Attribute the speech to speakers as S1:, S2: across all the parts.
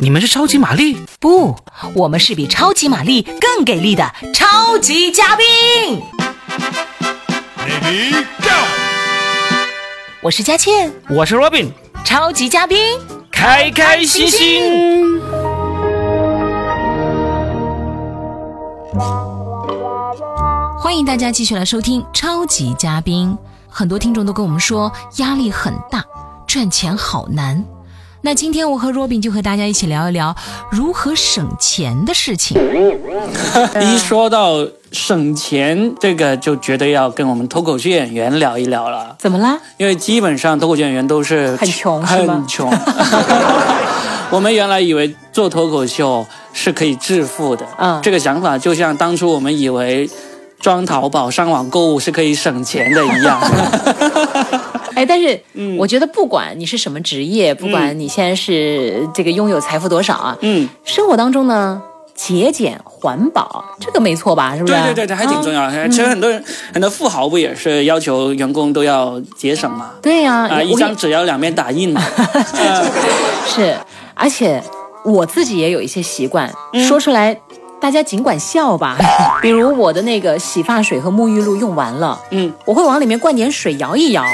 S1: 你们是超级玛丽？
S2: 不，我们是比超级玛丽更给力的超级嘉宾。
S3: Ready go！
S2: 我是佳倩，
S1: 我是 Robin，
S2: 超级嘉宾。
S1: 开开心心。
S2: 欢迎大家继续来收听《超级嘉宾》。很多听众都跟我们说压力很大，赚钱好难。那今天我和 Robin 就和大家一起聊一聊如何省钱的事情。
S4: 嗯
S5: 一说到省钱，这个就绝对要跟我们脱口秀演员聊一聊了，
S4: 怎么啦？
S5: 因为基本上脱口秀演员都是
S4: 很穷是吗
S5: 很穷。 我们原来以为做脱口秀是可以致富的，
S4: 嗯
S5: 这个想法就像当初我们以为装淘宝、上网购物是可以省钱的 一样。
S4: 哎，但是
S2: 嗯
S4: 我觉得不管你是什么职业，不管你现在是这个拥有财富多少啊，
S5: 嗯，
S4: 生活当中呢，节俭环保这个没错吧？是不是？
S5: 对对对，这还挺重
S4: 啊。
S5: 要的。其实很多人、很多富豪不也是要求员工都要节省嘛？
S4: 对呀、
S5: 啊，一
S4: 我
S5: 张
S4: 嗯也
S5: 纸要两面打印嘛。
S4: 是，而且我自己也有一些习惯，
S5: 嗯
S4: 说出来大家尽管笑 吧。比如我的那个洗发水和沐浴露用完了，
S5: 嗯，
S4: 我会往里面灌点水摇一摇，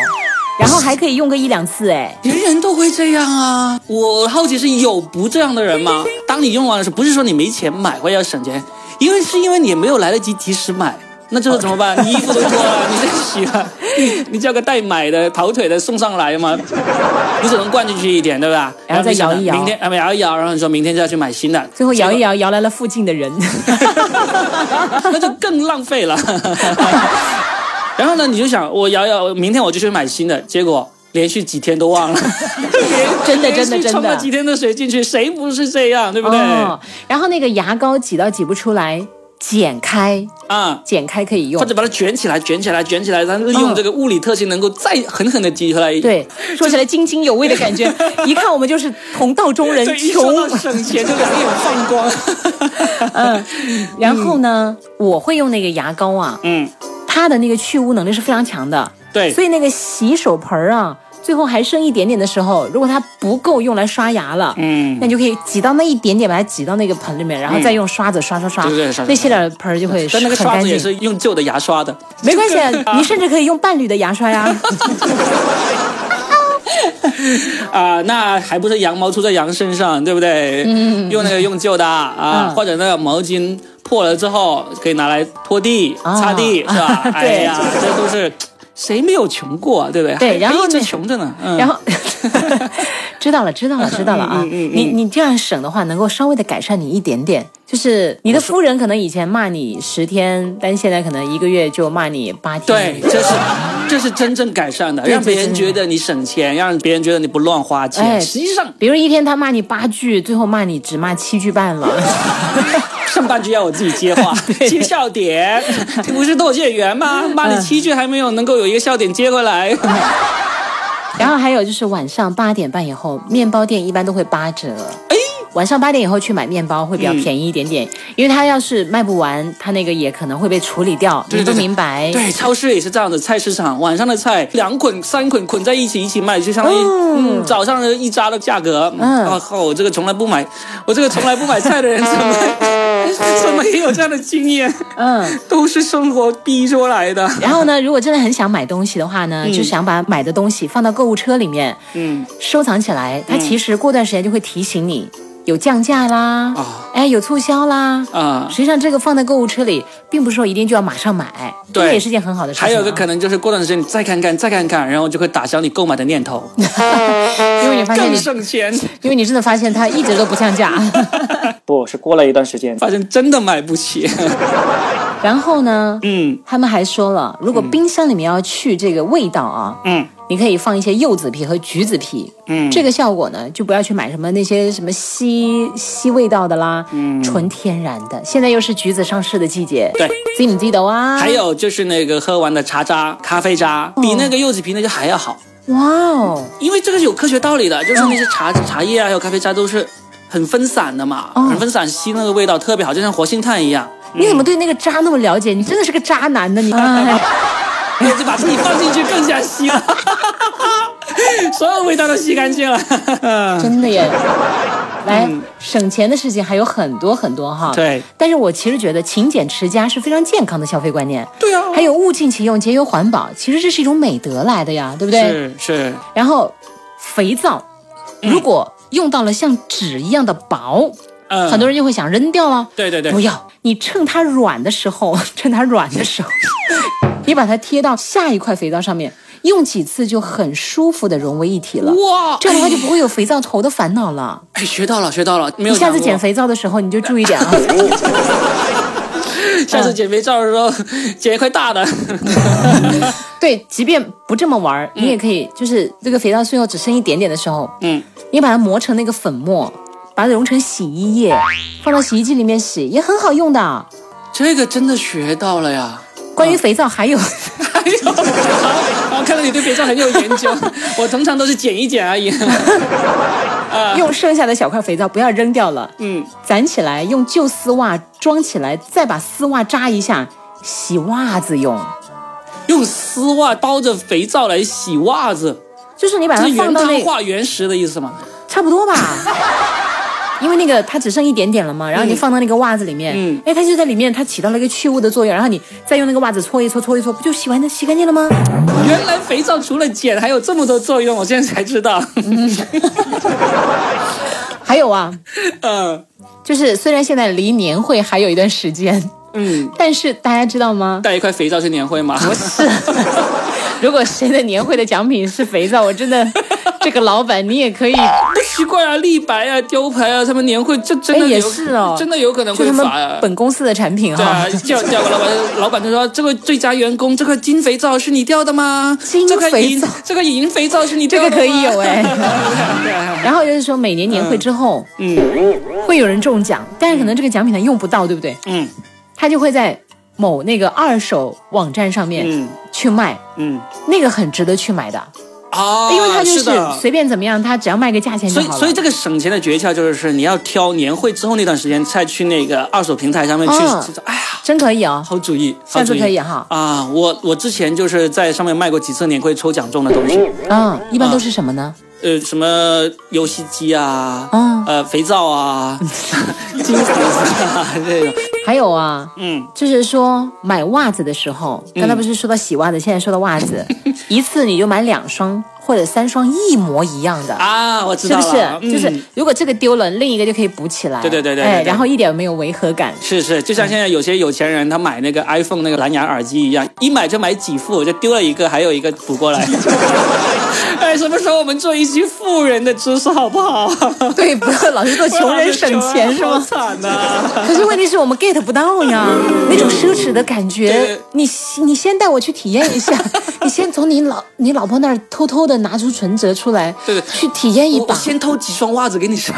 S4: 然后还可以用个一两次，哎。
S5: 人人都会这样啊！我好奇是有不这样的人吗？当你用完的时候，不是说你没钱买或要省钱，因为是因为你没有来得及及时买，那就是怎么
S4: 哦
S5: 办？你衣服都脱了， 你再洗了，你你叫个代买的跑腿的送上来嘛，你只能灌进去一点，对吧？
S4: 然后再摇一摇
S5: 明天啊摇一摇，然后你说明天就要去买新的，
S4: 最后摇一
S5: 摇，
S4: 摇，摇来了附近的人。
S5: 那就更浪费了。然后呢，你就想我摇一摇，明天我就去买新的，结果连续几天都忘了。
S4: 真的真的
S5: 连续
S4: 真
S5: 冲了
S4: 的
S5: 几。天的水进去，谁不是这样， 对不对？
S4: 哦，然后那个牙膏挤到挤不出来，剪开，
S5: 啊，
S4: 剪开可以用
S5: 或。者把它卷起来，卷起来，卷起来，然后利用这个物理特性，能够再狠狠的挤出来。
S4: 对，说起来津津有味的感觉， 一看我们就是同道中人
S5: 对，，一说
S4: 穷
S5: 到。省钱就两眼放光。
S4: 嗯，然后呢，我会用那个牙膏啊，
S5: 嗯，
S4: 它的那个去污能力是非常强的，
S5: 对
S4: 所以那个洗手盆儿啊，最后还剩一点点的时候，如果它不够用来刷牙了，
S5: 嗯
S4: 那你就可以挤到那一点点，把它挤到那个盆里面，然后再用刷子刷刷刷，
S5: 对对对刷刷
S4: 那些点盆儿就会
S5: 但那个
S4: 很
S5: 刷
S4: 干
S5: 子也
S4: 净。
S5: 是用旧的牙刷的。
S4: 没关系，啊你甚至可以用伴侣的牙刷 呀。
S5: 啊、那还不是羊毛出在羊身上，对不对？嗯，用那个用旧的啊，
S4: 嗯
S5: 或者那个毛巾破了之后可以拿来拖地、
S4: 啊
S5: 擦地，是吧？
S4: 对
S5: 哎呀，这都是谁没有穷过，对不对？
S4: 对
S5: 还
S4: 然后
S5: 还一直
S4: 那
S5: 穷着呢，嗯，
S4: 然后， 知道了，知道了，知道了啊！
S5: 嗯嗯嗯
S4: 你你这样省的话，能够稍微的改善你一点点。就是你的夫人可能以前骂你十天，但现在可能一个月就骂你八天。
S5: 对，这是这是真正改善的，
S4: 对
S5: 让别
S4: 对
S5: 人
S4: 对
S5: 觉得你省钱，让别人觉得你不乱花钱。
S4: 哎
S5: 实际上
S4: 比如一天他骂你八句，最后骂你只骂七句半了。
S5: 上半句要我自己接话
S4: 对
S5: 接笑点，这不是脱口秀演员吗？骂你七句还没有能够有一个笑点接回来。
S4: 然后还有就是晚上八点半以后，面包店一般都会八折。哎，晚上八点以后去买面包会比
S5: 嗯
S4: 较便宜一点点，因为他要是卖不完，他那个也可能会被处理掉。
S5: 对对对
S4: 你都明白。
S5: 对，超市也是这样的，菜市场晚上的菜两捆三捆捆在一起一起卖，就相当于嗯早上的一扎的价格。嗯，
S4: 哦嗯
S5: 我靠，我这个从来不买，我这个从来不买菜的人怎么 怎么也有这样的经验？
S4: 嗯。
S5: 都是生活逼出来的。
S4: 然后呢，如果真的很想买东西的话呢，就想把买的东西放到购物车里面，
S5: 嗯，
S4: 收藏起来。它其实过段时间就会提醒你有降价啦，
S5: 啊
S4: 哎，有促销啦。
S5: 啊
S4: 实际上，这个放在购物车里，并不是说一定就要马上买，
S5: 对
S4: 这个也是件很好的事情、啊
S5: 还有一个可，能就是过段时间你再看看再看看，然后就会打消你购买的念头，
S4: 因为你发现
S5: 更
S4: 你，
S5: 省钱。
S4: 因为你真的发现它一直都不降 价。
S6: 不是过了一段时间，
S5: 发现真的买不起。
S4: 然后呢，
S5: 嗯
S4: 他们还说了，如果冰箱里面要去这个味道啊，
S5: 嗯
S4: 你可以放一些柚子皮和橘子皮，
S5: 嗯
S4: 这个效果呢，就不要去买什么那些什么西西味道的啦，嗯，纯天然的。现在又是橘子上市的季节，
S5: 对，
S4: 记不记得啊？
S5: 还，有就是那个喝完的茶渣、咖啡渣，
S4: 哦
S5: 比那个柚子皮那个还要好。
S4: 哇哦，
S5: 因为这个是有科学道理的，就是那
S4: 嗯
S5: 些茶、茶叶啊，还有咖啡渣都是很分散的嘛，
S4: 哦
S5: 很分散，吸那个味道特别好，就像活性炭 一样。
S4: 你怎么对那个渣那么了解？你真的
S5: 嗯
S4: 是个渣男呢，你。哎
S5: 我就把自己放进去更加吸了。所有味道都吸干净了。
S4: 真的耶！来，省钱的事情还有很多很多哈。
S5: 嗯对，
S4: 但是我其实觉得勤俭持家是非常健康的消费观念。
S5: 对啊
S4: 还有物尽其用、节约环保，其实这是一种美德来的呀，对不对？
S5: 是是，
S4: 然后，肥皂如果用到了像纸一样的薄，
S5: 嗯
S4: 很多人就会想扔掉啊。
S5: 对对对
S4: 不要，你趁它软的时候， 趁它软的时候， 你把它贴到下一块肥皂上面，用几次就很舒服的融为一体了。
S5: 哇
S4: 这样的话就不会有肥皂头的烦恼了。
S5: 哎，学到了学到了，没 有
S4: 你下次
S5: 想过
S4: 捡，肥皂的时候你就注意点啊。
S5: 下
S4: 嗯
S5: 次减肥照的时候捡一块大 的。
S4: 对，即便不这么玩儿，你也可以，就是这个肥皂最后只剩一点点的时候，
S5: 嗯，
S4: 你把它磨成那个粉末，把它融成洗衣液，放到洗衣机里面洗，也很好用的。
S5: 这个真的学到 了呀。
S4: 关于肥皂还有。
S5: 哎呦，好，我看到你对肥皂很有 研究，我通常都是剪一剪而已。
S4: 用剩下的小块肥皂不要扔掉了，
S5: 嗯，
S4: 攒起来，用旧丝袜装起来，再把丝袜扎一下，洗袜子用。
S5: 用丝袜包着肥皂来洗袜子，
S4: 就是你把
S5: 这
S4: 它
S5: 是原
S4: 放到
S5: 汤
S4: 那，
S5: 化原食的意思吗？
S4: 差不多 吧。因为那个它只剩一点点了嘛，然后你放到那个袜子里面，
S5: 嗯
S4: 哎，它就在里面，它起到了一个去污的作用，然后你再用那个袜子搓一搓，搓一搓，不就洗完的洗干净了吗？
S5: 原来肥皂除了碱还有这么多作用，我现在才知道。
S4: 嗯还有啊，
S5: 嗯
S4: 就是虽然现在离年会还有一段时间，
S5: 嗯，
S4: 但是大家知道吗？
S5: 带一块肥皂去年会吗？不
S4: 是， 如果谁的年会的奖品是肥皂，我真的，这个老板你也 可以，
S5: 不奇怪啊，立白啊、雕牌啊，他们年会这真的
S4: 哎也
S5: 有
S4: 是哦
S5: 真的有可能
S4: 就
S5: 会
S4: 他
S5: 罚啊
S4: 们。本公司的产品
S5: 对啊
S4: 哈，，
S5: 叫叫个老板，老板就说：“这位最佳员工，这块金肥皂是你掉的吗？
S4: 金
S5: 这块
S4: 肥
S5: 银
S4: 皂，
S5: 这个银肥皂是你
S4: 这
S5: 掉
S4: 个
S5: 的吗？”
S4: 可 以有哎。
S5: 对啊。
S4: 然后就是说，每年年会之后，
S5: 嗯，
S4: 会有人中奖，但是可能这个奖品他用不到，对不对？
S5: 嗯，
S4: 他就会在某那个二手网站上面
S5: 嗯
S4: 去卖，
S5: 嗯
S4: 那个很值得去买的，
S5: 啊，
S4: 因为他就是
S5: 的
S4: 随便怎么样，他只要卖个价钱就
S5: 所以
S4: 嗯好了。
S5: 所以这个省钱的诀窍就是，你要挑年会之后那段时间再去那个二手平台上面去
S4: 嗯。
S5: 哎呀，
S4: 真可以哦，
S5: 好主意，
S4: 下
S5: 好
S4: 次
S5: 主意
S4: 可以哈
S5: 啊！我我之前就是在上面卖过几次年会抽奖中的东西，哦
S4: 嗯，一般都是什么呢？
S5: 呃，什么游戏机啊，
S4: 嗯
S5: 呃，肥皂 啊， 金肥皂啊这种，
S4: 还有啊，
S5: 嗯，
S4: 就是说买袜子的时候，刚才不是说到洗袜子，现在说到袜 子，一次你就买两双或者三双一模一样的。
S5: 啊，我知
S4: 是
S5: 道
S4: 不是？
S5: 了，嗯
S4: 就是如果这个丢了，另一个就可以补起来。
S5: 对对对对
S4: 哎，
S5: 对对
S4: 然后一点没有违和 感。
S5: 是是，就像现在有些有钱人他
S4: 嗯
S5: 买那个 iPhone 那个蓝牙耳机一样，一买就买几副，我就丢了一个，还有一个补过 来。哎，什么时候我们做一期富人的知识好不好？
S4: 对，啊不要老是做穷人省钱是
S5: 好
S4: 吗？
S5: 惨呐、啊！
S4: 可是问题是我们 get 不到 呀，那种奢侈的感觉
S5: 嗯对，
S4: 你你先带我去体验一 下，你先从你老你老婆那儿偷偷的拿出存折出来，
S5: 对对
S4: 去体验一
S5: 我
S4: 把
S5: 我。先偷几双袜子给你穿，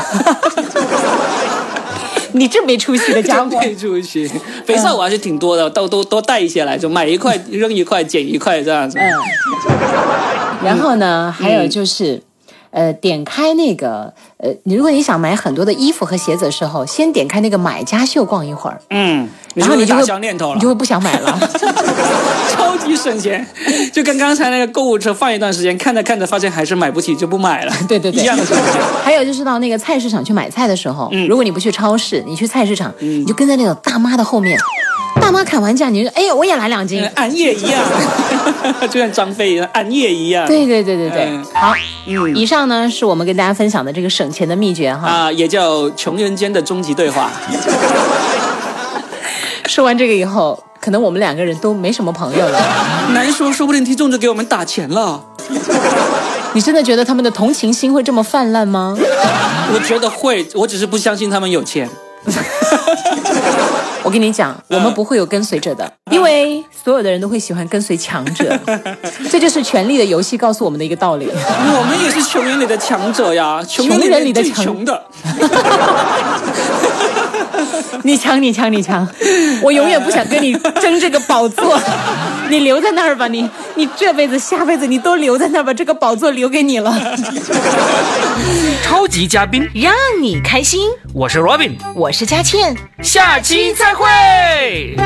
S4: 你这没出息的 家伙，
S5: 配出去。肥皂我还是挺多的，都都多带一些来，就买一块扔一块，捡一块这样子。
S4: 嗯
S5: 嗯
S4: 然后呢，还有就是，呃，点开那个，呃，你如果你想买很多的衣服和鞋子的时候，先点开那个买家秀逛一会儿，
S5: 嗯，
S4: 然后
S5: 是不
S4: 你
S5: 是
S4: 就
S5: 打
S4: 会
S5: 消念头了
S4: 你就。会不想买 了。
S5: 超级省钱，就跟刚才那个购物车放一段时间，看着看着发现还是买不起，就不买了。
S4: 对对对
S5: 一样的东西。
S4: 还有就是到那个菜市场去买菜的时候，
S5: 嗯
S4: 如果你不去超市，你去菜市场，你就跟在那种大妈的后面，大妈砍完价，你就说，哎呀，我也来两斤。
S5: 暗夜一样，就像张飞一样，暗夜一样。
S4: 对对对对对
S5: 嗯，
S4: 好，以上呢是我们跟大家分享的这个省钱的秘诀哈。
S5: 啊，也叫穷人间的终极对话。
S4: 说完这个以后，可能我们两个人都没什么朋友
S5: 嗯
S4: 了。
S5: 难说，说不定听众就给我们打钱了。
S4: 你真的觉得他们的同情心会这么泛滥吗？
S5: 我觉得会，我只是不相信他们有钱。
S4: 我跟你讲，
S5: 嗯
S4: 我们不会有跟随者的，因为所有的人都会喜欢跟随强者，这就是《权力的游戏》告诉我们的一个道理。
S5: 我们也是穷人里的强者呀，穷人
S4: 穷人里的
S5: 最
S4: 强
S5: 穷的。
S4: 你强，你强，你强！ 我永远不想跟你争这个宝座， 你留在那儿吧，你你这辈子、下辈子你都留在那儿吧，这个宝座留给你了。
S1: 超级嘉宾，
S2: 让你开心。
S1: 我是 Robin，
S2: 我是佳倩。
S1: 下期再会。